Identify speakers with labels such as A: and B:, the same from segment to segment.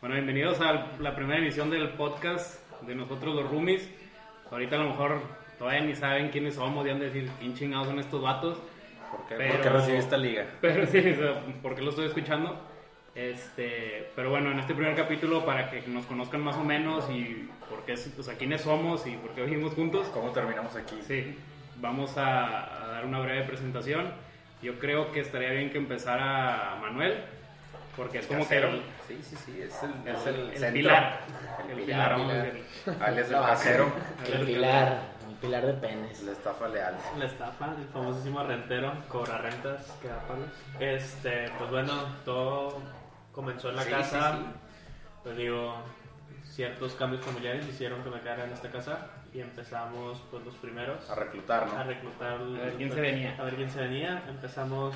A: Bueno, bienvenidos a la primera emisión del podcast de nosotros los roomies. Ahorita a lo mejor todavía ni saben quiénes somos y han de decir quién chingados son estos vatos.
B: ¿Por qué,
A: Pero-
B: por qué recibí esta liga?
A: Pero sí, o sea, porque lo estoy escuchando. Este, pero bueno, en este primer capítulo para que nos conozcan más o menos y por qué, o sea, quiénes somos y por qué vivimos juntos.
B: ¿Cómo terminamos aquí?
A: Sí, vamos a, a dar una breve presentación. Yo creo que estaría bien que empezara Manuel, porque es como que
B: Casero.
A: el,
B: Sí, sí, sí, es el, es el,
A: el, el
B: centro.
A: pilar.
B: El
A: El
B: pilar,
A: pilar, vamos a
C: pilar.
A: decir.
B: Alias el casero.
C: El pilar, el pilar de penes.
B: La estafa leal.
D: La estafa, el famosísimo rentero, cobra rentas, palos. Este, pues bueno, todo comenzó en la
B: Sí,
D: casa.
B: sí,
D: Pues digo, ciertos cambios familiares hicieron que me quedara en esta casa y empezamos pues los primeros
B: A reclutar, ¿no?
D: a reclutar.
A: A ver quién se venía.
D: A ver quién se venía. Empezamos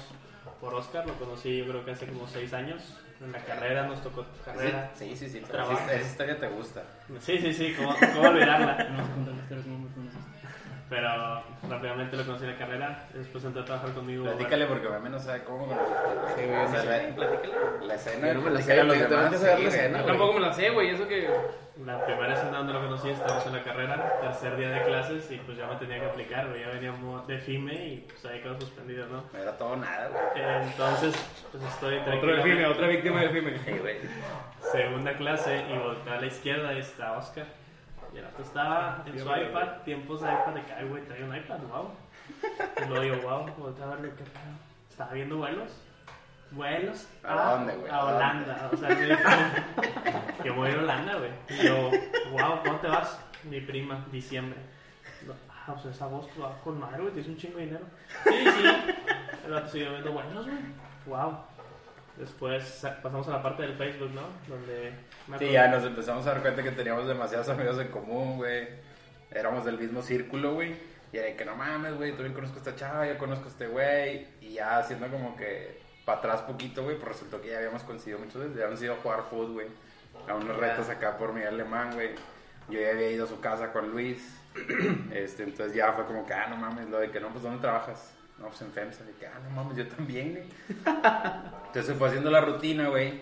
D: por Oscar, lo conocí yo creo que hace como seis años. En la carrera nos tocó carrera.
B: Sí, sí, sí. sí, pero
D: Trabajo.
B: esa- esa historia te gusta.
D: Sí, sí, sí, cómo, cómo olvidarla.
A: No, cuéntale, ustedes cómo me conocen.
D: Pero rápidamente lo conocí en la carrera, después entró a trabajar conmigo.
B: Platícale porque mami no sabe cómo me
C: Sí, güey,
B: o sea,
C: sí.
B: la, platícale. La escena.
C: Yo no me la sé,
B: platícale a los
C: güey, tengo
B: demás,
C: que saber la
B: sí, güey,
C: escena,
B: no,
A: Yo
C: güey.
A: tampoco me la sé, güey, eso que...
D: La primera escena donde lo conocí, estábamos en la carrera, tercer día de clases y pues ya me tenía que aplicar, güey, ya veníamos de FIME y pues había quedado suspendido, ¿no?
B: No era todo nada, güey.
D: Entonces, pues estoy
A: Otro del FIME,
D: tranquilamente-
A: otra víctima del FIME.
B: Sí, güey.
D: segunda clase y volteé a la izquierda y está Oscar. Y el vato estaba en su iPad, tiempos de iPad, de que, ay, güey, trae un iPad, wow. Y lo digo, wow, volteé a verle, qué pedo. Estaba viendo vuelos. ¿Vuelos?
B: ¿A dónde, güey?
D: A
B: ¿A dónde?
D: Holanda. O sea, me dijo, que voy a ir a Holanda, güey. Y yo, wow, ¿cuándo te vas? Mi prima, diciembre. No, Ah, o sea, es agosto, va con madre, güey, tienes un chingo de dinero. Sí, sí. El vato siguió viendo vuelos, güey. Wow. Después sa- pasamos a la parte del Facebook, ¿no? Donde me
B: Sí,
D: acuerdo-
B: ya nos empezamos a dar cuenta que teníamos demasiados amigos en común, güey. Éramos del mismo círculo, güey. Y era de que no mames, güey, tú bien conozco a esta chava, yo conozco a este güey. Y ya haciendo como que para atrás poquito, güey, pues resultó que ya habíamos coincidido muchas veces. Ya habíamos ido a jugar fútbol, güey. A unos retos acá por Miguel Alemán, güey. Yo ya había ido a su casa con Luis. Este, entonces ya fue como que, ah, no mames, lo de que no, pues ¿dónde trabajas? No, pues en FEMSA. De que, ah, no mames, yo también, güey. Entonces se fue haciendo la rutina, güey.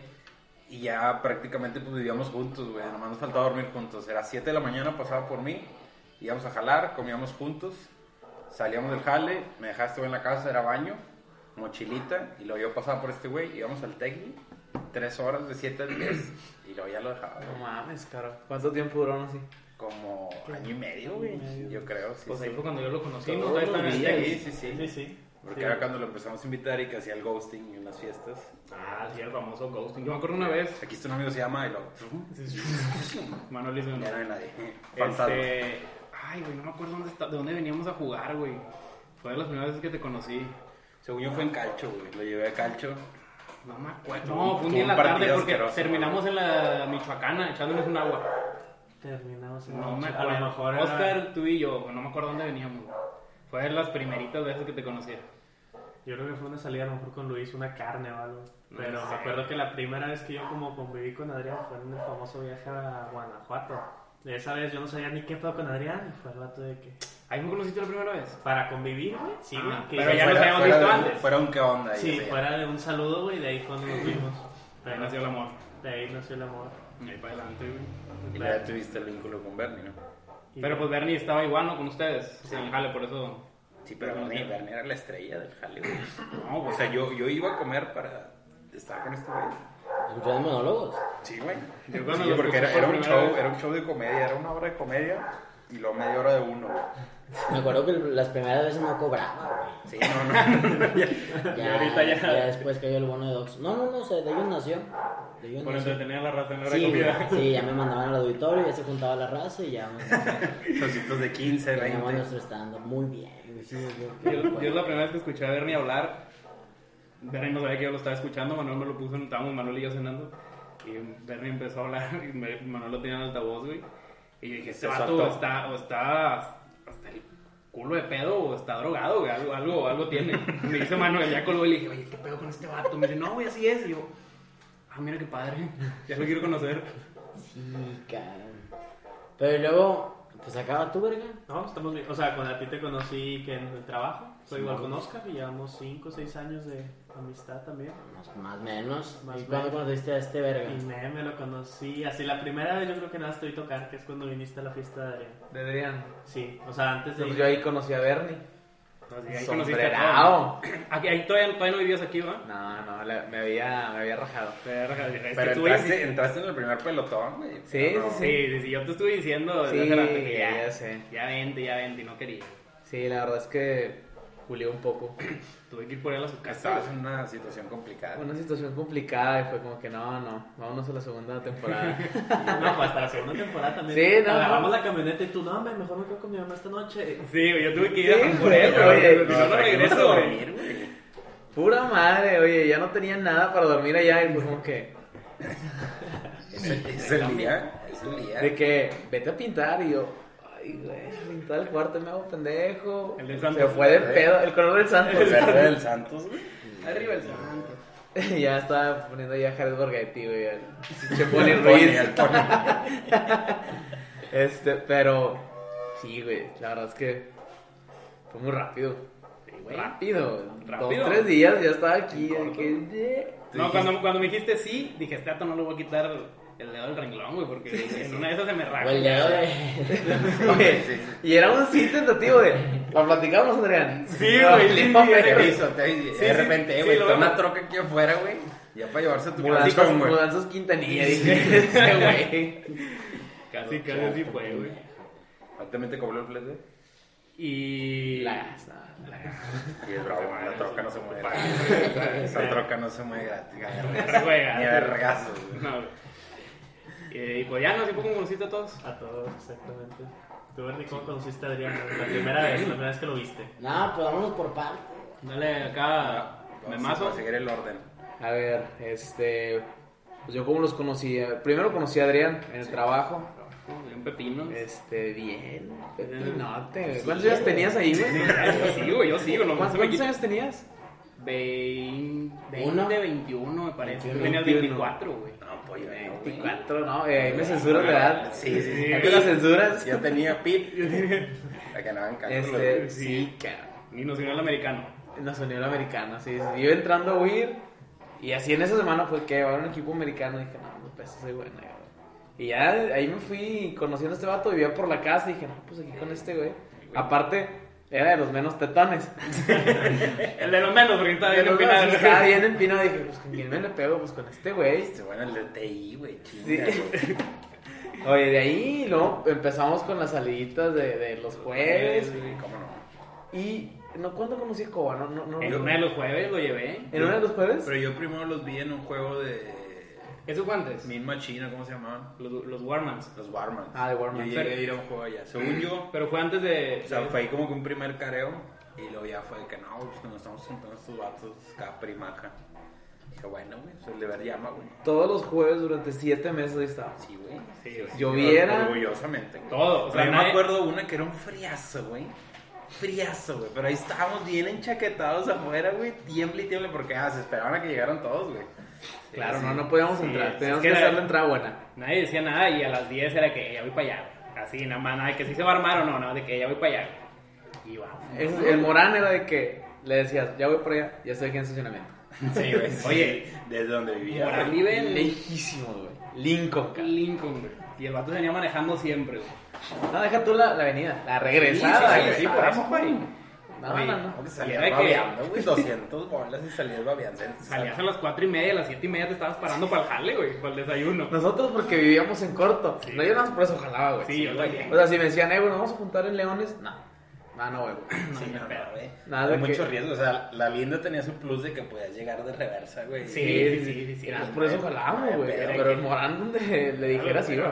B: Y ya prácticamente pues vivíamos juntos, güey. Nomás nos faltaba dormir juntos. Era 7 de la mañana, pasaba por mí. Íbamos a jalar, comíamos juntos. Salíamos del jale, me dejaste güey, en la casa, era baño, mochilita. Y luego yo pasaba por este güey, íbamos al técnico. Tres horas de 7 a 10. Y luego ya lo dejaba,
C: No
B: güey.
C: mames, caro. ¿Cuánto tiempo duraron así?
B: Como año y medio, güey. Yo creo, sí.
A: Pues
B: sí.
A: ahí fue cuando yo lo conocí, ¿no?
C: Todos
A: Todavía estaba en
C: los
A: el
C: días.
A: Tegui.
B: Sí, sí, sí.
D: Sí, sí.
B: Porque
D: Sí.
B: era cuando lo empezamos a invitar y que hacía el ghosting y unas fiestas.
A: Ah, sí, el famoso ghosting. Yo me acuerdo una vez,
B: Aquí está un amigo se llama y lo.
A: Manuel hizo
B: Ya no hay nadie. Fantasma.
A: Este, ay, güey, no me acuerdo dónde está- de dónde veníamos a jugar, güey. Fue de las primeras veces que te conocí.
B: Según yo fue en calcho, güey. Lo llevé a calcho.
A: No me acuerdo. No, fue un
B: un
A: día en la
B: partido
A: tarde porque
B: asqueroso,
A: terminamos en la Michoacana echándonos un agua.
D: Terminamos en
A: No me
D: noche. A
A: acuerdo.
D: lo mejor era-
A: Oscar, tú y yo, no me acuerdo dónde veníamos. Fue de las primeritas veces que te conocí.
D: Yo creo que fue una salida a lo mejor con Luis, una carne o algo.
A: No
D: Pero
A: sé.
D: me acuerdo que la primera vez que yo como conviví con Adrián fue en el famoso viaje a Guanajuato. De esa vez yo no sabía ni qué pedo con Adrián y fue el vato de que...
A: Ahí me conociste la primera vez.
D: Para convivir, güey. Sí, güey.
A: Ah,
D: que
A: pero
D: yo
A: ya
D: fuera-
A: nos habíamos
B: fuera
A: visto
B: de-
A: antes.
B: Fuera un que onda. ya
D: Sí,
B: sé.
D: fuera de un saludo, güey, de ahí cuando nos vimos.
A: Ahí
D: Pero
A: nació el amor.
D: de ahí nació el amor.
A: Ahí para adelante, güey.
B: Y luego ya tuviste el vínculo con Bernie, ¿no?
D: Y-
A: Pero pues Bernie estaba igual, ¿no? Con ustedes. O sea, en el jale, por eso.
B: Sí, pero
A: Pero
B: Bernie,
A: no.
B: Bernie era la estrella del jale, güey.
A: No, pues,
B: O
A: güey.
B: sea, yo, yo iba a comer para estar con este güey.
C: ¿Escuchas monólogos?
B: Sí, güey.
A: Yo cuando
B: Sí,
A: lo
B: porque era,
A: escuché por
B: era un
A: primera
B: show,
A: vez.
B: era un show de comedia, era una hora de comedia y luego media hora de uno, güey.
C: Me acuerdo que las primeras veces no cobraba,
B: Sí, no, no.
C: güey.
A: Y ahorita ya-
C: después cayó el bono de Docs. No, no, no, o sea, de ellos nació. De ellos
A: Por
C: nació.
A: entretener a la raza en la hora de
C: Sí,
A: comida.
C: güey, sí, ya me mandaban al auditorio, ya se juntaba la raza y ya
B: Chocitos de 15, 20.
C: teníamos nuestro stand Muy bien, güey. Sí,
A: Yo, yo es la primera vez que escuché a Bernie hablar Bernie no sabía que yo lo estaba escuchando, Manuel me lo puso, estábamos Manuel y yo cenando. Y Bernie empezó a hablar y me- Manuel lo tenía en altavoz, güey. Y yo dije, este
B: Se
A: vato
B: soltó.
A: o está, o está hasta el culo de pedo o está drogado, güey, algo, algo, algo tiene. Me dice Manuel, ya colgó y le dije, oye, ¿qué pedo con este vato? Me dice, no, güey, así es. Y yo, ah, mira qué padre, ya lo quiero conocer.
C: Sí, cabrón. Pero y luego, pues acaba tú, verga.
D: No, estamos bien. O sea, cuando a ti te conocí que en el trabajo, soy igual con Oscar y llevamos 5 o 6 años de amistad también.
C: Más- Más o menos.
D: Más
C: ¿Y
D: o
C: cuándo
D: menos.
C: conociste a este verga?
D: Y me, me lo conocí. Así la primera vez yo creo que nada estoy tocar, que es cuando viniste a la fiesta de Adrián.
E: De Adrián.
D: Sí, o sea, antes de
E: Pues
D: ir-
E: yo ahí conocí a Bernie.
A: Entonces, ahí conociste a todos.
E: Sombrerao.
A: Aquí- Ahí todavía, todavía no vivías aquí, ¿va?
E: No, no, la- me, había, me había rajado.
A: Verga, es que
B: Pero
A: estuve-
B: entraste, entraste en el primer pelotón, güey.
E: Sí,
B: Pero-
E: sí,
A: Sí, sí, sí, yo te estuve diciendo desde
E: Sí,
A: hace rato que ya,
E: ya sé.
A: ya vente, ya vente, y no quería.
E: Sí, la verdad es que culié un poco.
A: Tuve que ir por él a su casa.
B: Estabas en una situación complicada.
E: Una situación complicada y fue como que no, no, vámonos a la segunda temporada.
D: No, pues hasta la segunda temporada también.
E: Sí, no,
D: Agarramos
E: no.
D: la camioneta y tú, no, hombre, mejor me quedo con mi mamá esta noche.
A: Sí, yo tuve que ir
E: Sí,
A: a por él,
E: güey,
A: güey. Si
E: no,
A: no, no
B: ¿para qué
A: regreso.
B: vas a
A: güey.
B: venir, güey?
E: Pura madre, oye, ya no tenía nada para dormir allá y fue como que,
B: Es el- es el día, es el día.
E: de que, vete a pintar y yo, ay, güey, pintar el cuarto me hago pendejo.
A: El del santo.
E: Se fue de
B: ¿Eh?
E: pedo, el color del santo.
B: El verde del Santos, güey.
A: Arriba el santo.
E: ya estaba poniendo ya Jared Borghetti, güey, el pinche Poli
B: El
E: Ruiz.
B: el pony.
E: Este, pero, sí, güey, la verdad es que fue muy rápido.
A: güey.
E: Rápido,
A: Rápido.
E: dos, tres días ya estaba aquí.
A: En
E: de que,
A: No, cuando, cuando me dijiste sí, dije, este dato no le voy a quitar el dedo del renglón, güey, porque en una de esas se me raja.
C: O el dedo de.
E: Oye,
B: Sí, sí.
E: y era un sí tentativo de. ¿La platicamos, Adrián?
A: Sí,
E: No,
A: güey, sí,
E: flipa,
A: sí,
E: pero-
B: Te hizo, te- y
A: Sí,
B: de
A: sí,
B: repente,
A: sí,
B: eh, güey,
A: lo
B: está una
A: veo.
B: troca aquí afuera, güey. Ya para llevarse tu
E: Mudanzas,
B: casicón, güey.
E: mudanzas Quintanilla, dije. ese güey.
A: Casi, casi así fue, güey.
B: Ah, También te cobró el flete.
A: Y.
E: Las, no, las.
B: Y es broma, la troca no se mueve gratis. Esa troca no se mueve gratis.
A: Se juega.
B: Ni a vergazos, güey.
A: No, güey. Eh, Y pues ya, no, así fue como conociste a todos.
D: A todos, exactamente. Tú, Bernie, ¿cómo conociste a Adrián? La primera vez, la primera vez que lo viste.
C: No, pues vámonos por parte.
A: Dale acá, me
B: Vamos
A: mazo.
B: a seguir el orden.
E: A ver, este. Pues yo, ¿cómo los conocí? Primero conocí a Adrián en el trabajo.
A: Un pepino.
E: Este, bien. Pepinote. güey. ¿Cuántos años tenías ahí,
A: Yo
E: güey?
A: sigo, yo sigo, nomás se
E: ¿Cuántos
A: me
E: cuántos
A: quita.
E: años tenías?
A: 20,
C: Uno.
A: 21 me parece. Tú tenías
E: 21.
A: 24, güey.
B: No, pollo, no, güey.
E: 24, ¿no? Eh, ahí me censuras la edad.
B: Sí, sí, sí.
E: ¿Ahí me la censuras?
B: Yo tenía pip. La que andaba en cálculo,
E: Este,
B: güey.
E: sí, cabrón.
A: Ni nos unió el americano.
E: Nos unió el americano, sí, sí. Iba entrando a huir. Y así en esa semana fue que va un equipo americano. Y dije, no, pues soy bueno. Y ya ahí me fui conociendo a este vato. Vivía por la casa. Y dije, no, pues aquí con este güey. Aparte, era de los menos tetones.
A: El de los menos, porque estaba bien
E: De los menos,
A: empinado.
E: Estaba bien empinado. Y dije, pues con quién me le pego, pues con este güey.
B: Este, bueno, el de TI, güey.
E: Sí.
B: Chinga, güey.
E: Oye, de ahí luego empezamos con las saliditas de, de los
C: Pues,
E: jueves.
B: Sí, ¿Cómo no?
E: Y no, ¿cuándo conocí a Coba? No, no, no.
A: En uno de los jueves lo llevé.
E: ¿En uno de los jueves?
B: Pero yo primero los vi en un juego de.
A: ¿Eso guantes?
B: Min Machina, ¿cómo se llamaban?
A: Los, los Mm. Warmans.
B: Los Warman.
E: Ah, de Warman.
B: Yo llegué a ir a un juego allá. Según yo,
A: Pero fue antes de.
B: o sea, fue ahí como que un primer careo. Y luego ya fue de que no, pues nos estamos juntando estos vatos, Capri y Maja. Dije, bueno, güey, eso es de ver llama, güey.
E: Todos los jueves durante siete meses ahí estábamos.
B: Sí, güey.
A: Sí, güey.
E: Lloviera.
B: Orgullosamente. güey.
A: Todo, o sea,
B: Pero yo
A: nadie-
B: me acuerdo una que era un friazo, güey. Friazo, güey. Pero ahí estábamos bien enchaquetados afuera, güey. Tiemble y tiemble porque ah, se esperaban a que llegaran todos, güey.
E: Claro,
B: Sí,
E: no,
B: sí.
E: no podíamos
A: Sí,
E: entrar.
A: es
E: Teníamos
A: que
E: que
A: era-
E: hacer la entrada buena.
A: Nadie decía nada y a las 10 era que ya voy para allá. güey. Así, nada más, nada de que sí se va a armar o no, nada más de que ya voy para allá. güey. Y vamos.
E: Es- el Morán era de que le decías, ya voy por allá, ya estoy aquí en estacionamiento.
B: Sí, güey. sí.
A: Oye.
B: Desde donde vivía.
A: Morán
B: güey.
A: vive en
E: Lejísimo, güey. Lincoln, cabrón.
A: Lincoln, güey. Y el vato se venía manejando siempre, güey.
E: No, deja tú la, la avenida, la regresada,
B: sí,
E: güey.
B: sí, por eso, güey.
E: No,
A: Oye,
E: Ah, no, no.
A: Mira
B: Porque salías
A: que-
B: babeando, güey. 200 bolas y salías babeando.
A: Salías a las 4 y media, a las 7 y media te estabas parando para el jale, güey, para el desayuno.
E: Nosotros porque vivíamos en corto. No, yo nada más por eso jalaba, güey.
A: Sí, yo también.
E: O sea, si me decían, eh, güey, nos vamos a juntar en Leones, no. No, no, güey.
B: Sí, no, no, güey.
E: Nada
B: Hay
E: que-
B: mucho riesgo. O sea, la linda tenía su plus de que podías llegar de reversa, güey.
A: Sí, sí, sí, sí, sí.
E: Y nada más por eso jalábamos, güey. Pero el Morán donde le dijera, sí, güey.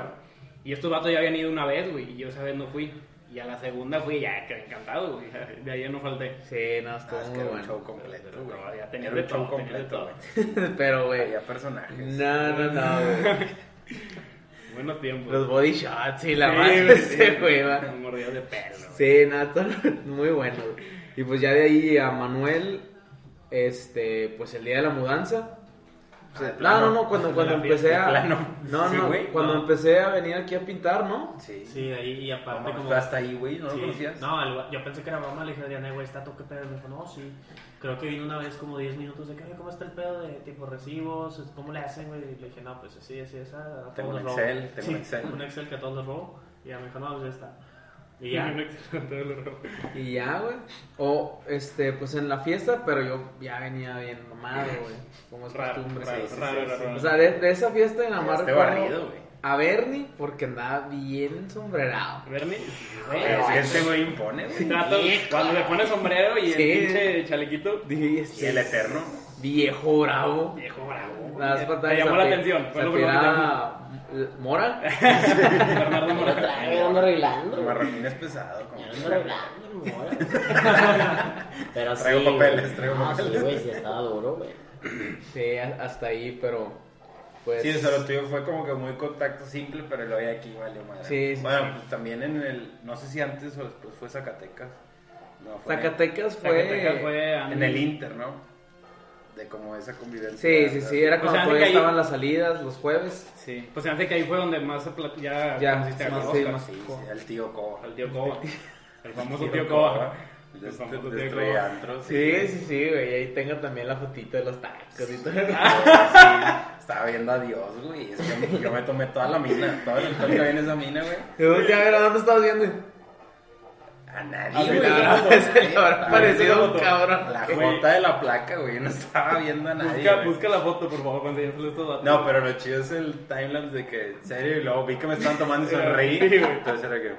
A: Y estos vatos ya habían ido una vez, güey, y yo esa vez no fui. Y a la segunda fui ya que encantado, güey. De ahí ya no falté.
E: Sí, no, estuvo
B: Ah, es que
E: muy
B: era un
E: bueno.
B: show completo, güey.
A: No, ya tenía
B: Era un
A: de
B: show
A: todo, tenía de
B: completo,
A: todo.
B: güey.
E: Pero, güey.
B: Había personajes.
E: No, no, no, güey.
A: Buenos tiempos.
E: Los body shots y la
A: Sí,
E: madre
A: güey,
E: se
A: sí.
E: güey, va.
A: Mordidas de perro. güey.
E: Sí, nada, todo muy bueno. güey. Y pues ya de ahí a Manuel, este, pues el día de la mudanza. O sea,
B: Ah, de
E: no,
B: plano.
E: no, no, cuando, cuando
D: De
E: empecé a.
B: plano.
E: No,
B: Sí,
E: no,
B: güey,
E: cuando
D: no.
E: empecé a venir aquí a pintar, ¿no?
B: Sí.
D: Sí, de ahí y
B: No,
D: aparte
B: mames,
D: como...
B: fue hasta ahí, güey. ¿No lo
D: Sí.
B: conocías?
D: No, al lugar- yo pensé que era mamá, le dije a Adriana, "Eh, güey, está toque pedo. Me dijo, no, sí. Creo que vino una vez como 10 minutos de que, "Oye, ¿cómo está el pedo de tipo recibos? ¿Cómo le hacen, güey? Y le dije, no, pues así, así, esa. a
B: Tengo
D: todos
B: un
D: los
B: Excel,
D: robo".
B: tengo
D: Sí,
B: un Excel.
D: Un Excel que a todos los robo. Y ya me dijo, no, pues ya está. Y
A: Y
D: ya.
A: un excelente de los rojos.
E: Y ya, güey. O, este, pues en la fiesta, pero yo ya venía bien mamado, güey. Como es
A: Raro,
E: costumbre.
A: raro,
E: Sí, sí,
A: raro,
E: sí,
A: raro,
E: sí.
A: raro.
E: O sea, de, de esa fiesta en la mar
B: Este
E: recuerdo
B: barrido, güey.
E: A Bernie, porque andaba bien sombrerado.
A: Bernie,
B: Güey,
A: güey,
B: es que
A: sí,
B: este güey impone, güey.
A: Trato- Cuando le pone sombrero y el
E: Sí.
A: pinche chalequito,
E: Dije, "Y este
B: Y el eterno.
E: viejo bravo.
A: viejo bravo.
E: Nada más faltaba
A: Me
E: que
A: llamó la
E: Zapi-
A: atención. Fue lo primero que
E: Zapiara Mora.
A: Bernardo Morales.
C: Otra vez ando arreglando.
B: Tu
C: güey.
B: marroquín es pesado. como
C: Ya
B: que-
C: ando arreglando, mi amor. Pero sí.
B: Traigo
C: güey.
B: papeles, traigo
C: Ah, sí,
B: papeles.
C: güey, sí estaba duro, güey.
E: Sí, a- hasta ahí, pero. Pues.
B: Sí, o sea, lo tuyo fue como que muy contacto simple, pero lo de aquí valió madre.
E: Sí, sí,
B: bueno,
E: sí.
B: pues también en el, no sé si antes o después fue Zacatecas. No, fue
E: Zacatecas fue.
A: Zacatecas fue a
B: En
A: mí.
B: el Inter, ¿no? De como esa convivencia.
E: Sí, sí, sí. Era
A: O
E: cuando
A: sea,
E: todavía
A: que ahí-
E: estaban las salidas, los jueves.
A: Sí, pues se hace que ahí fue donde más apla- ya,
E: Ya,
A: conociste a
E: más,
A: Oscar.
E: sí, más.
B: Sí, sí, al tío Coba.
A: Al tío Coba. El famoso tío Coba.
B: El
A: El famoso
B: famoso
A: tío
B: tío
A: Coba.
E: Sí, sí, sí, güey. Ahí tengo también la fotito de los tacos y todo.
B: Estaba viendo a Dios, güey. Es que yo me tomé toda la mina. Todo el entorno que viene esa mina, güey.
E: Y vos ya ver, ¿a dónde estabas viendo?
B: A
E: Ah,
B: nadie,
E: sí,
B: güey.
E: claro, se le habrá
B: Ah,
E: parecido
B: esa
E: un
B: foto.
E: cabrón.
B: La
A: Güey.
B: jota de la placa, güey. No estaba viendo a nadie.
A: Busca,
B: güey.
A: busca la foto, por favor, para enseñárselo a estos datos.
B: No, pero lo chido es el timelapse de que, serio, y luego vi que me estaban tomando y sonreí.
A: Sí, güey.
B: Entonces era que,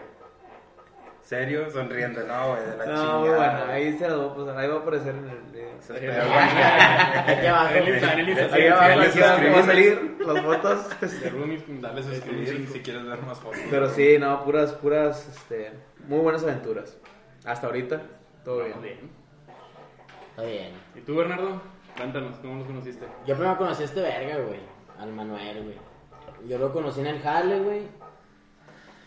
B: serio, sonriendo. No, güey, de la
E: No,
B: chingada.
E: güey, bueno, ahí se lo, pues ahí va a aparecer en el. video.
B: Se esperó, güey.
C: Aquí abajo.
A: Ahí está, ahí está.
E: Ahí
B: Sí,
E: abajo,
B: sí,
E: aquí abajo
B: suscribirse.
E: van a salir las fotos.
A: De Rumi,
B: Dale
A: de
B: suscribir
A: Rumi.
B: si quieres ver más fotos.
E: Pero sí, no, puras, puras, este, muy buenas aventuras. Hasta ahorita, todo
A: Vamos
E: bien.
A: bien.
C: Está bien.
A: ¿Y tú, Bernardo? Cuéntanos, ¿cómo nos conociste?
C: Yo primero conocí a este verga, güey. Al Manuel, güey. Yo lo conocí en el Jale, güey.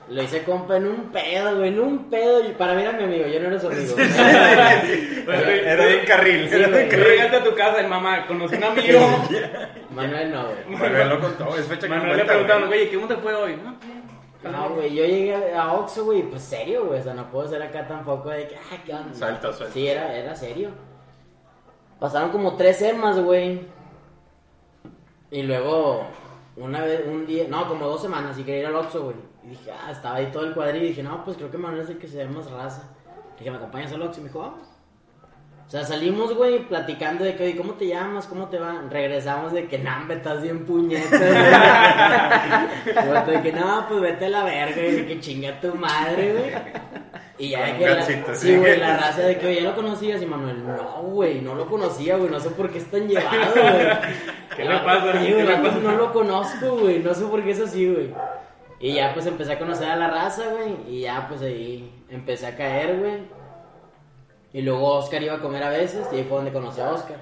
C: Lo hice compa en un pedo, güey. En un pedo. Y para mí era mi amigo, yo no era su amigo. güey.
A: Pues,
B: Era de un carril.
C: Sí, güey.
A: Tú llegaste a tu casa y mamá, conocí a un amigo.
C: Manuel no, güey.
B: Manuel lo contó, es fecha que
A: Manuel le
B: cuenta,
A: preguntaron,
B: güey.
A: oye, ¿qué onda fue hoy? No, Ah,
C: No, güey, yo llegué a Oxxo, güey, pues serio, güey, o sea, no puedo ser acá tampoco de que, ah, qué onda.
B: Suelto, suelto.
C: Sí, era, era serio. Pasaron como tres semanas, güey. Y luego, una vez, un día, no, como dos semanas, y quería ir al Oxxo, güey. Y dije, ah, estaba ahí todo el cuadrillo, y dije, no, pues creo que Manuel es el que se ve más raza. Le dije, ¿me acompañas al Oxxo? Y me dijo, vamos. O sea, salimos, güey, platicando de que, oye, ¿cómo te llamas? ¿Cómo te va? Regresamos de que, nah, hombre, estás bien puñeta, güey. Y el vato de que, no, pues vete a la verga, y de que chinga tu madre, güey. Y
B: Con
C: ya de
B: un
C: que, la,
B: gancito,
C: sí,
B: sí.
C: güey, la raza de que, oye, ¿ya lo conocías? Y Manuel, no, güey, no lo conocía, güey, no sé por qué están llevados, güey.
A: ¿Qué le pasa?
C: Sí,
A: ¿Qué
C: güey,
A: le
C: no,
A: pasa?
C: no lo conozco, güey, no sé por qué es así, güey. Y ya, pues, empecé a conocer a la raza, güey, y ya, pues, ahí empecé a caer, güey. Y luego Oscar iba a comer a veces y ahí fue donde conocí a Oscar.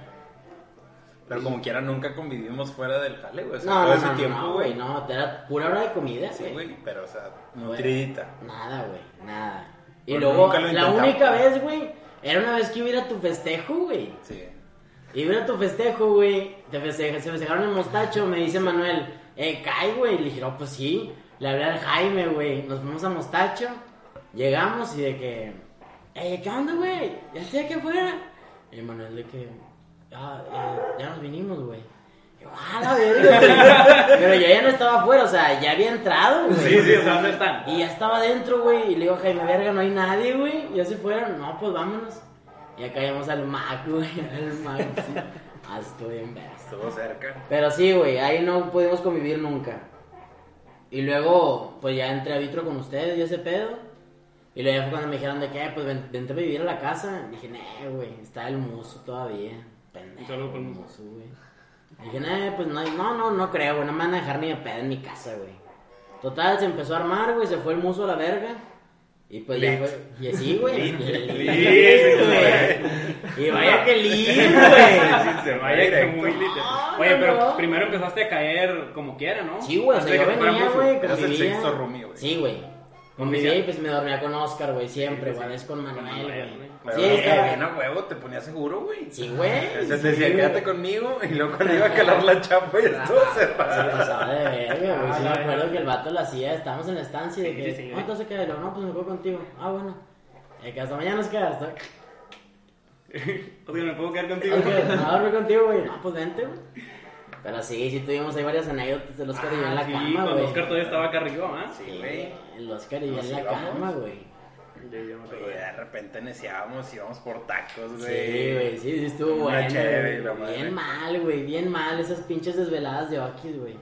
B: Pero como quiera, nunca convivimos fuera del jale, güey. O sea, Pues,
C: No,
B: todo
C: no,
B: ese
C: no,
B: tiempo,
C: no, güey, no, era pura hora de comida,
B: Sí,
C: güey.
B: güey, pero, o sea, nutridita.
C: Nada, güey, nada. Y
B: Pero
C: luego,
B: Pues, nunca lo
C: la
B: intentamos.
C: única vez, güey, era una vez que iba a ir a tu festejo, güey.
B: Sí.
C: Iba a tu festejo, güey. Te feste- se festejaron el mostacho, me dice Manuel. Eh, cae, güey. Le dije, no, pues sí. Le hablé al Jaime, güey. Nos fuimos a mostacho. Llegamos y de que. Eh, ¿qué onda, güey? Ya estoy aquí afuera. Y Manuel de que. Ah, eh, ya nos vinimos, güey. Y yo, "Ah, la verga, güey". Pero yo ya no estaba afuera, o sea, ya había entrado, güey.
A: Sí, sí, o sea, ¿dónde están?
C: Y ya estaba adentro, güey. Y le digo, Jaime, verga, no hay nadie, güey. Y ya se fueron. No, pues vámonos. Y acá llegamos al Mac, güey. Al Mac, sí. Ah, estuvo bien, vergas.
B: Estuvo cerca.
C: Pero sí, güey, ahí no pudimos convivir nunca. Y luego, pues ya entré a vitro con ustedes y ese pedo. Y luego ya fue cuando me dijeron de que, pues ven- vente a vivir a la casa. Dije, nah, güey, está el muso todavía. Pendejo.
A: Saludo para el
C: el
A: Muso.
C: muso, güey. Dije, nah, pues no, no, no, no creo, güey, no me van a dejar ni de pedo en mi casa, güey. Total, se empezó a armar, güey, se fue el muso a la verga. Y pues ya fue. Y así, güey.
B: Lit,
C: Lit,
B: güey.
C: güey. Y vaya que lit, güey.
B: Sí, se va
A: Vaya que
B: directo.
A: muy literal.
C: Ah, No,
A: Oye,
C: no,
A: pero
C: no.
A: primero empezaste a caer como quiera, ¿no?
C: Sí, güey, o
B: Antes
C: sea,
B: de
C: yo
B: que
C: venía,
B: fuéramos,
C: güey,
B: eras el
C: convivía.
B: sexto roomie, güey.
C: Sí, güey. Convivía y pues me dormía con Oscar, güey, siempre, güey. Es con Manuel,
A: Manuel,
C: güey.
B: Pero
C: Sí,
B: bien,
C: estaba-
B: bien a huevo, te ponía seguro, güey.
C: Sí, güey.
B: Entonces decía, quédate conmigo, y luego cuando iba a calar la chapa y esto se
C: Se
B: pasaba.
C: pasaba de verga, güey. Sí, me
A: Ah, la
C: acuerdo
A: verga.
C: que el vato lo hacía. Estábamos en la estancia y de
A: Sí,
C: que, "Ah,
A: sí, güey.
C: ¿cuánto se queda? Y luego, No, pues me voy contigo. Ah, bueno. Eh, que hasta mañana se queda. Hasta...
A: O sea, me puedo quedar contigo.
C: Ok, no, dormí contigo, güey. No, pues vente, güey. Pero sí, sí tuvimos ahí varias anécdotas del Oscar y yo en la
A: Ah, sí,
C: cama,
A: cuando
C: güey.
A: Oscar todavía estaba acá arriba, ¿ah?
B: Sí, güey.
C: El Oscar y yo
B: Nos
C: en la
B: íbamos.
C: cama, güey.
B: Pero de repente neceábamos, íbamos por tacos,
C: Sí,
B: güey.
C: güey, sí, sí estuvo
B: Una
C: bueno.
B: chévere,
C: güey.
B: la madre.
C: bien mal, güey, bien mal esas pinches desveladas de Oquis, güey.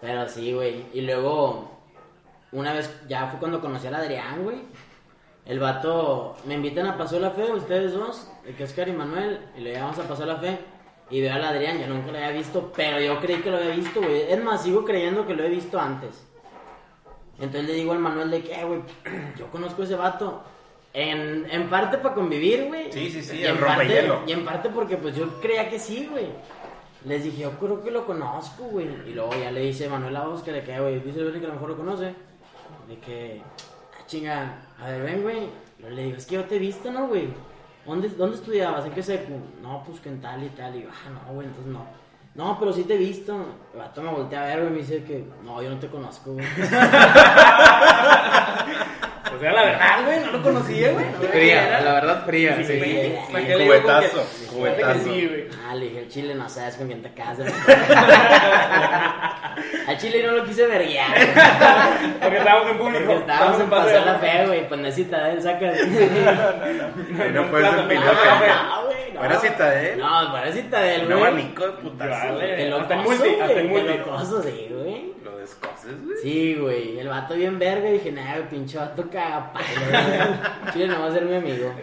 C: Pero sí, güey. Y luego, una vez, ya fue cuando conocí al Adrián, güey. El vato, me invitan a Pasó la Fe, ustedes dos, el que es Oscar y Manuel, y le llevamos a Pasó la Fe. Y veo al Adrián, yo nunca lo había visto, pero yo creí que lo había visto, güey. Es más, sigo creyendo que lo he visto antes. Entonces le digo al Manuel de que, "Eh, güey, yo conozco a ese vato. En, en parte para convivir, güey.
B: Sí, sí, sí,
C: Y
B: el
C: en, parte,
B: rompehielo.
C: y en parte porque pues yo creía que sí, güey. Les dije, yo creo que lo conozco, güey. Y luego ya le dice Manuel a Oscar de que, "Eh, güey, dice el Bernie que a lo mejor lo conoce. De que, "Ah, chinga, a ver, ven, güey. Luego le digo, es que yo te he visto, ¿no, güey? ¿Dónde, ¿Dónde estudiabas? ¿En qué secu? No, pues que en tal y tal. Y yo, ah, no, güey, entonces no. No, pero sí te he visto. El vato me voltea a ver, güey, me dice que, no, yo no te conozco, güey.
A: O sea, Pues la verdad, güey, no lo conocía, güey. No sabía quién
E: Fría,
A: era.
E: la verdad fría.
C: Sí,
E: sí.
C: güey.
A: ¿Para qué le digo como que-
B: Cubetazo,
A: Fíjate que
B: cubetazo.
A: sí, güey.
C: Ah, le dije, al chile no sabes con quién te casas. al chile no lo quise verguear.
A: Porque estábamos en público.
C: Porque estábamos en
A: Paso de
C: pasar la
A: Fe.
C: fe, güey. Pues no es citadel, saca.
A: Un
B: Y no puedes
A: plato, plato,
B: empilar, güey.
A: plato.
C: No, güey. No.
B: ¿Fuera Citadel?
C: No, fuera citadel,
B: ¿eh?". No,
C: güey.
B: manico de putazo,
A: Vale.
B: güey.
A: Hasta
C: Que
A: el
C: locoso,
A: multi,
C: güey.
A: hasta el
C: Que
A: multi.
C: locoso, sí, güey.
B: Lo descoces, güey.
C: Sí, güey. El vato bien verga. y Dije, nah, güey, pinche vato cagapalo, güey. Chile no va a ser mi amigo.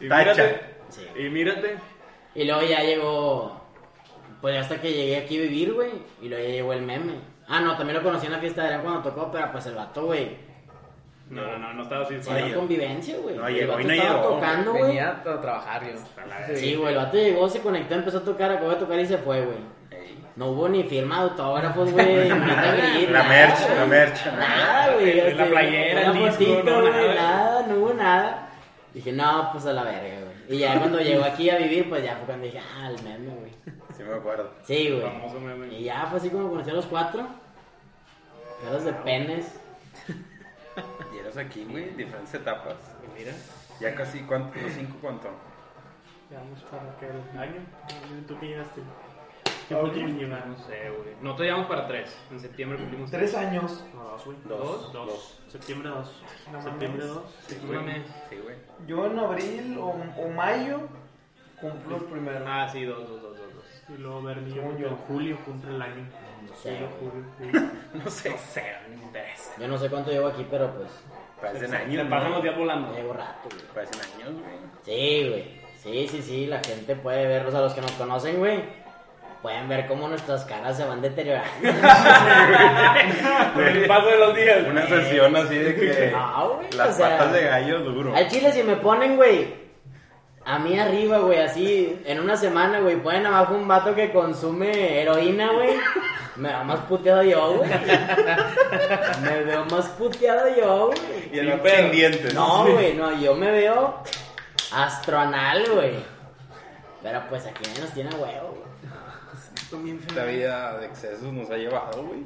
A: Y
B: Tacha.
A: mírate.
C: Sí.
A: Y mírate.
C: Y luego ya llegó. Pues hasta que llegué aquí a vivir, güey. Y luego ya llegó el meme. Ah, no, también lo conocí en la fiesta de Adrián cuando tocó, pero pues el vato, güey.
A: No, no, no, no estaba así.
C: Se dio
B: llegó.
C: convivencia, güey.
B: No
C: El
B: llegó
C: vato
B: y no
C: estaba
B: llegó.
C: tocando, güey.
E: Venía a trabajar yo.
C: Sí, güey, el vato llegó, se conectó, empezó a tocar, acabó de tocar y se fue, güey. No hubo ni firma de autógrafos, güey. ni de abrir,
B: La
C: nada,
B: merch,
C: güey.
B: la merch.
C: Nada, güey.
A: La
C: este,
A: playera,
C: una
A: el disco,
C: fotito,
A: no,
C: güey,
A: nada.
C: nada, no hubo nada. Dije, no, pues a la verga, güey. Y ya cuando llegó aquí a vivir, pues ya fue cuando dije, ah, el meme, güey.
B: Sí me acuerdo.
C: Sí, güey.
A: Famoso meme.
C: Y ya fue así como conocí a los cuatro. Caras de penes.
B: Y eras aquí, güey, en diferentes etapas.
A: Mira.
B: Ya casi, ¿cuánto? ¿Los cinco cuánto?
D: Vamos para que el año. ¿Tú qué llegaste? ¿Qué fue tu última? No sé, güey.
A: Nosotros llevamos para tres. En septiembre cumplimos
E: años.
D: No, dos, güey.
B: Dos.
D: Dos. Septiembre dos.
E: no
D: Septiembre
E: mames.
D: dos.
A: Sí,
B: Sí,
A: güey.
B: güey. Sí, güey.
E: Yo en abril o, o mayo cumplo el primero.
A: Ah, sí, dos, dos, dos, dos. dos.
D: Y luego Bernie, yo
E: Según
D: creo que
E: yo.
D: en julio cumple el año. No
C: sé, güey.
D: julio. julio.
B: No sé.
A: No sé, no me interesa.
C: Yo no sé cuánto llevo aquí, pero pues
B: Parecen
A: Le
B: años,
A: pasan los
B: ¿no?
A: días volando.
C: llevo rato, güey.
B: Parecen años, güey.
C: Sí, güey. Sí, sí, sí, la gente puede verlos a los que nos conocen, güey. Pueden ver cómo nuestras caras se van deteriorando.
A: Con el paso de los días.
B: Una sesión así de que...
C: No, Ah, güey,
B: Las
C: o sea-
B: patas de gallo duro.
C: Al chile, si me ponen, güey, a mí arriba, güey, así, en una semana, güey, ponen abajo un vato que consume heroína, güey. Me veo más puteado yo, güey. Me veo más puteado yo, güey.
B: Y el
A: Sí,
B: vato
A: pero-
B: sin dientes.
C: No, güey, no, yo me veo astronal, güey. Pero pues aquí nadie nos tiene a huevo, güey.
B: Esta vida de excesos nos ha llevado, güey.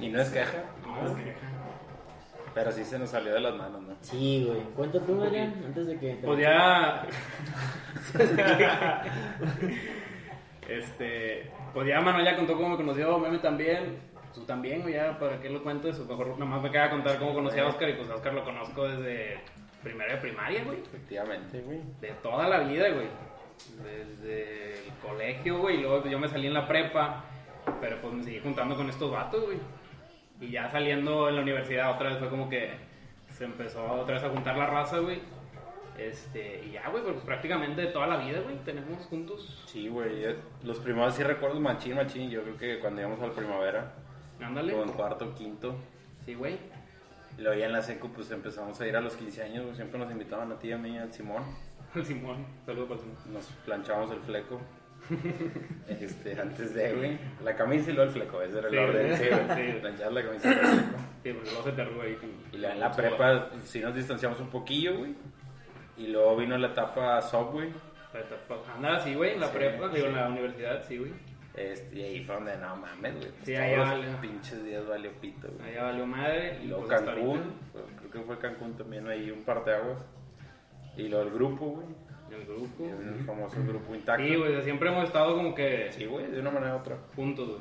B: Y no es queja. Pero sí se nos salió de las manos, ¿no?
C: Sí, güey. Cuenta tú, Adrián, antes de que... te-
A: Pues ya. este. Pues ya Manuel ya contó cómo me conoció, Meme también. Tú también, güey, ya, ¿para qué lo cuentes? O mejor nada más me queda contar cómo conocí a Oscar y pues a Oscar lo conozco desde primero de primaria, güey.
B: Efectivamente, güey.
A: De toda la vida, güey. Desde el colegio, güey. y Luego yo me salí en la prepa. Pero pues me seguí juntando con estos vatos, güey. Y ya saliendo en la universidad otra vez fue como que se empezó otra vez a juntar la raza, güey. Este, y ya, güey, pues prácticamente de toda la vida, güey, tenemos juntos.
B: Sí, güey. yo- Los primeros sí recuerdo machín, machín. Yo creo que cuando íbamos a la primavera,
A: Ándale.
B: como en cuarto, quinto,
A: Sí, güey.
B: Y luego ya en la secu, pues empezamos a ir a los 15 años, güey, siempre nos invitaban a ti y a mí, al Simón.
A: Al Simón, saludo para el Simón.
B: Nos planchábamos el fleco. este, antes de, güey. La camisa y luego el fleco, ese era el
A: Sí,
B: orden.
A: güey.
B: Sí, güey.
A: Sí.
B: Planchar la camisa y el fleco.
A: Sí, porque luego se te arruga ahí. con-
B: Y la, en la
A: con
B: prepa sí nos distanciamos un poquillo, güey. Y luego vino la etapa Subway.
A: soda. La etapa- Andaba así, güey, en la
B: Sí,
A: prepa, digo, en
B: sí.
A: la universidad, sí, güey.
B: Este, y ahí fue donde no mames, güey.
A: Sí,
B: Todos
A: ahí
B: los
A: vale.
B: pinches días valió pito, güey.
A: Allá valió madre.
B: Y luego
A: pues, hasta
B: Cancún,
A: ahorita,
B: pues, creo que fue Cancún también ahí un par de aguas. Y luego el grupo, güey.
A: El grupo.
B: El famoso grupo intacto.
A: Sí, güey, o sea, siempre hemos estado como que
B: Sí, güey, de una manera u otra.
A: juntos, güey.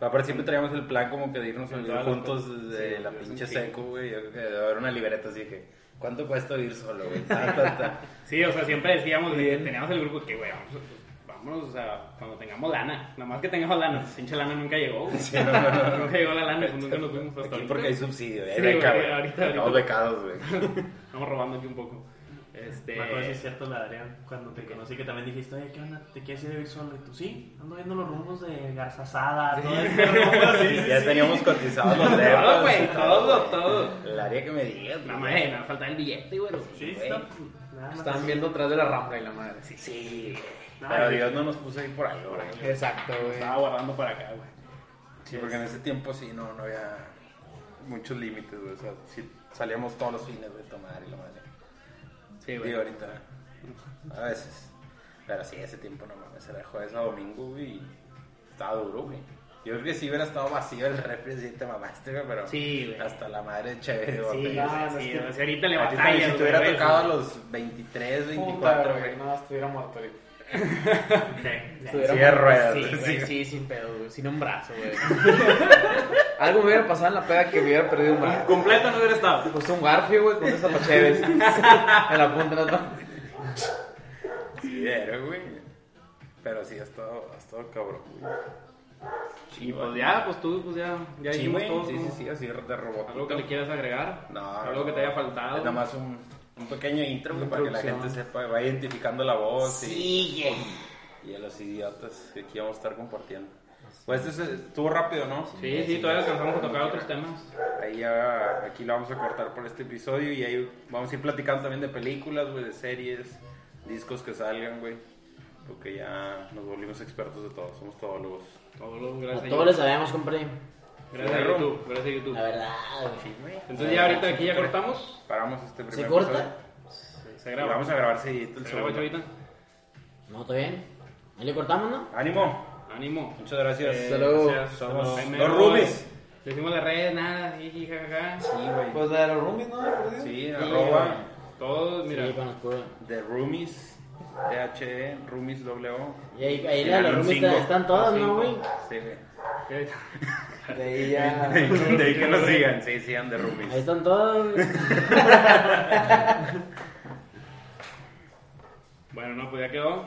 B: Aparte siempre traíamos el plan como que de irnos a vivir
A: todas las
B: juntos
A: cosas.
B: de
A: Sí,
B: la
A: güey, es un
B: pinche
A: chingo.
B: seco, güey. Yo creo que debe haber una libreta así que, ¿cuánto cuesta vivir solo, güey? Ta, ta, ta.
A: Sí, o sea, siempre decíamos, de que teníamos el grupo que, güey, vamos, vámonos, o sea, cuando tengamos lana. Nada más que tengamos lana. Pinche lana nunca llegó, güey.
B: Sí, no, no, no.
A: Nunca llegó la lana, pues nunca nos fuimos hasta
B: Aquí
A: ahorita.
B: porque hay subsidio, hay
A: Sí,
B: beca,
A: güey,
B: güey.
A: ahorita,
B: Estamos
A: ahorita.
B: becados, güey.
A: Estamos robando aquí un poco. Este...
D: Me acuerdo si es cierto, la Adrián, cuando te conocí, que también dijiste, oye, ¿qué onda? ¿Te quieres ir a vivir solo? Y tú, sí, ando viendo los rumbos de Garzazada, todo este rumbo así.
B: ya teníamos cotizados los depas.
A: Todo, güey,
B: y
A: todo,
B: güey.
A: todo.
B: El área que me digas,
A: Nada más, eh, nada, faltaba el billete, güey.
D: Sí,
B: güey.
D: está. Nada más
E: Estaban
D: así.
E: viendo atrás de la rambla y la madre.
B: Sí, güey.
D: Ay,
B: Pero
D: güey.
B: Dios no nos puso ahí por ahí, güey.
E: Exacto, güey.
A: Estaba guardando para acá, güey.
B: Sí, porque en ese tiempo sí, no, no había muchos límites, güey. O sea, sí, salíamos todos los fines, güey, a tomar y la madre.
A: Sí,
B: Digo,
A: güey.
B: ahorita, a veces. Pero sí, ese tiempo no mames, era jueves a domingo, güey. y Estaba duro, güey. Yo creo que si hubiera estado vacío el refri, sí te mamaste, güey, pero
A: Sí, güey.
B: hasta la madre chévere,
A: Sí,
B: güey.
A: sí,
E: no,
A: sí,
E: es que-
A: o sea, ahorita le
B: Ahorita,
A: batallas,
B: si te
A: güey, pues,
B: hubiera
A: ¿ves?
B: tocado a los 23, 24,
E: Puta,
B: güey.
E: güey. No, estuviera muerto ahorita.
A: Sí, sí.
E: Estuviera
B: silla de
E: muerto,
B: ruedas,
E: Sí,
B: güey.
E: güey, sí, sin pedo, güey. Sin un brazo, güey. Algo me hubiera pasado en la peda que me hubiera perdido un brazo.
A: Completo no hubiera estado.
E: Pues un garfio, güey, con esas machetes. en la punta, ¿no?
B: Sí, era, güey. Pero sí, ha estado, ha estado cabrón, güey.
A: Y pues ya, pues tú, pues ya, ya
B: Sí,
A: dijimos
B: güey,
A: todos
B: sí,
A: como-
B: sí, sí, así de robot.
A: algo que le quieras agregar,
B: No,
A: algo que
B: no.
A: te haya faltado.
B: Es nada más un, un pequeño intro güey,
E: Una
B: para que la gente
E: introducción.
B: sepa, va identificando la voz y, y a los idiotas que aquí vamos a estar compartiendo. Pues este se- estuvo rápido, ¿no?
A: Sí, sí, todavía alcanzamos a tocar otros temas.
B: Ahí ya, aquí lo vamos a cortar por este episodio y ahí vamos a ir platicando también de películas, güey, de series, discos que salgan, güey. Porque ya nos volvimos expertos de todo, somos todólogos.
A: Todos los
C: A
A: gracias
C: todos
A: a
C: les habíamos comprado.
A: YouTube. Gracias a YouTube, gracias a YouTube.
C: La verdad, güey.
A: Entonces ya ahorita aquí ya cortamos.
B: Paramos este primer
C: ¿Se corta?
B: episodio.
A: Se
B: Y
A: graba.
B: vamos a grabar seguidito el
A: Se graba
B: segundo.
A: ahorita.
C: No, está bien. Ahí le cortamos, ¿no?
B: ánimo.
A: Ánimo.
B: Muchas gracias.
A: Eh,
E: Hasta luego.
A: gracias.
B: Somos
A: Ahí me
B: los
A: voy.
B: Rubis.
A: Decimos las redes, nada, jiji, jajaja.
B: Sí, güey.
E: Pues la de los roomies, ¿no? Perdido.
B: Sí, arroba
A: Todos, mira.
C: Sí, con los curos.
B: The Roomies, THE, Roomies E, W.
C: Y ahí, ahí la de los
B: Llegaron
C: roomies
B: cinco.
C: están todas, ¿no,
B: Cinco.
C: güey?
B: Sí, güey.
A: ¿Qué?
E: De ahí ya.
B: De ahí que nos sigan, sí, sigan The Roomies.
C: Ahí están todas, güey.
A: Bueno, no, pues ya quedó.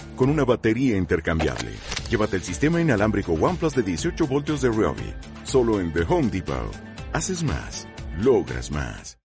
F: con una batería intercambiable. Llévate el sistema inalámbrico OnePlus de 18 voltios de Ryobi solo en The Home Depot. Haces más. Logras más.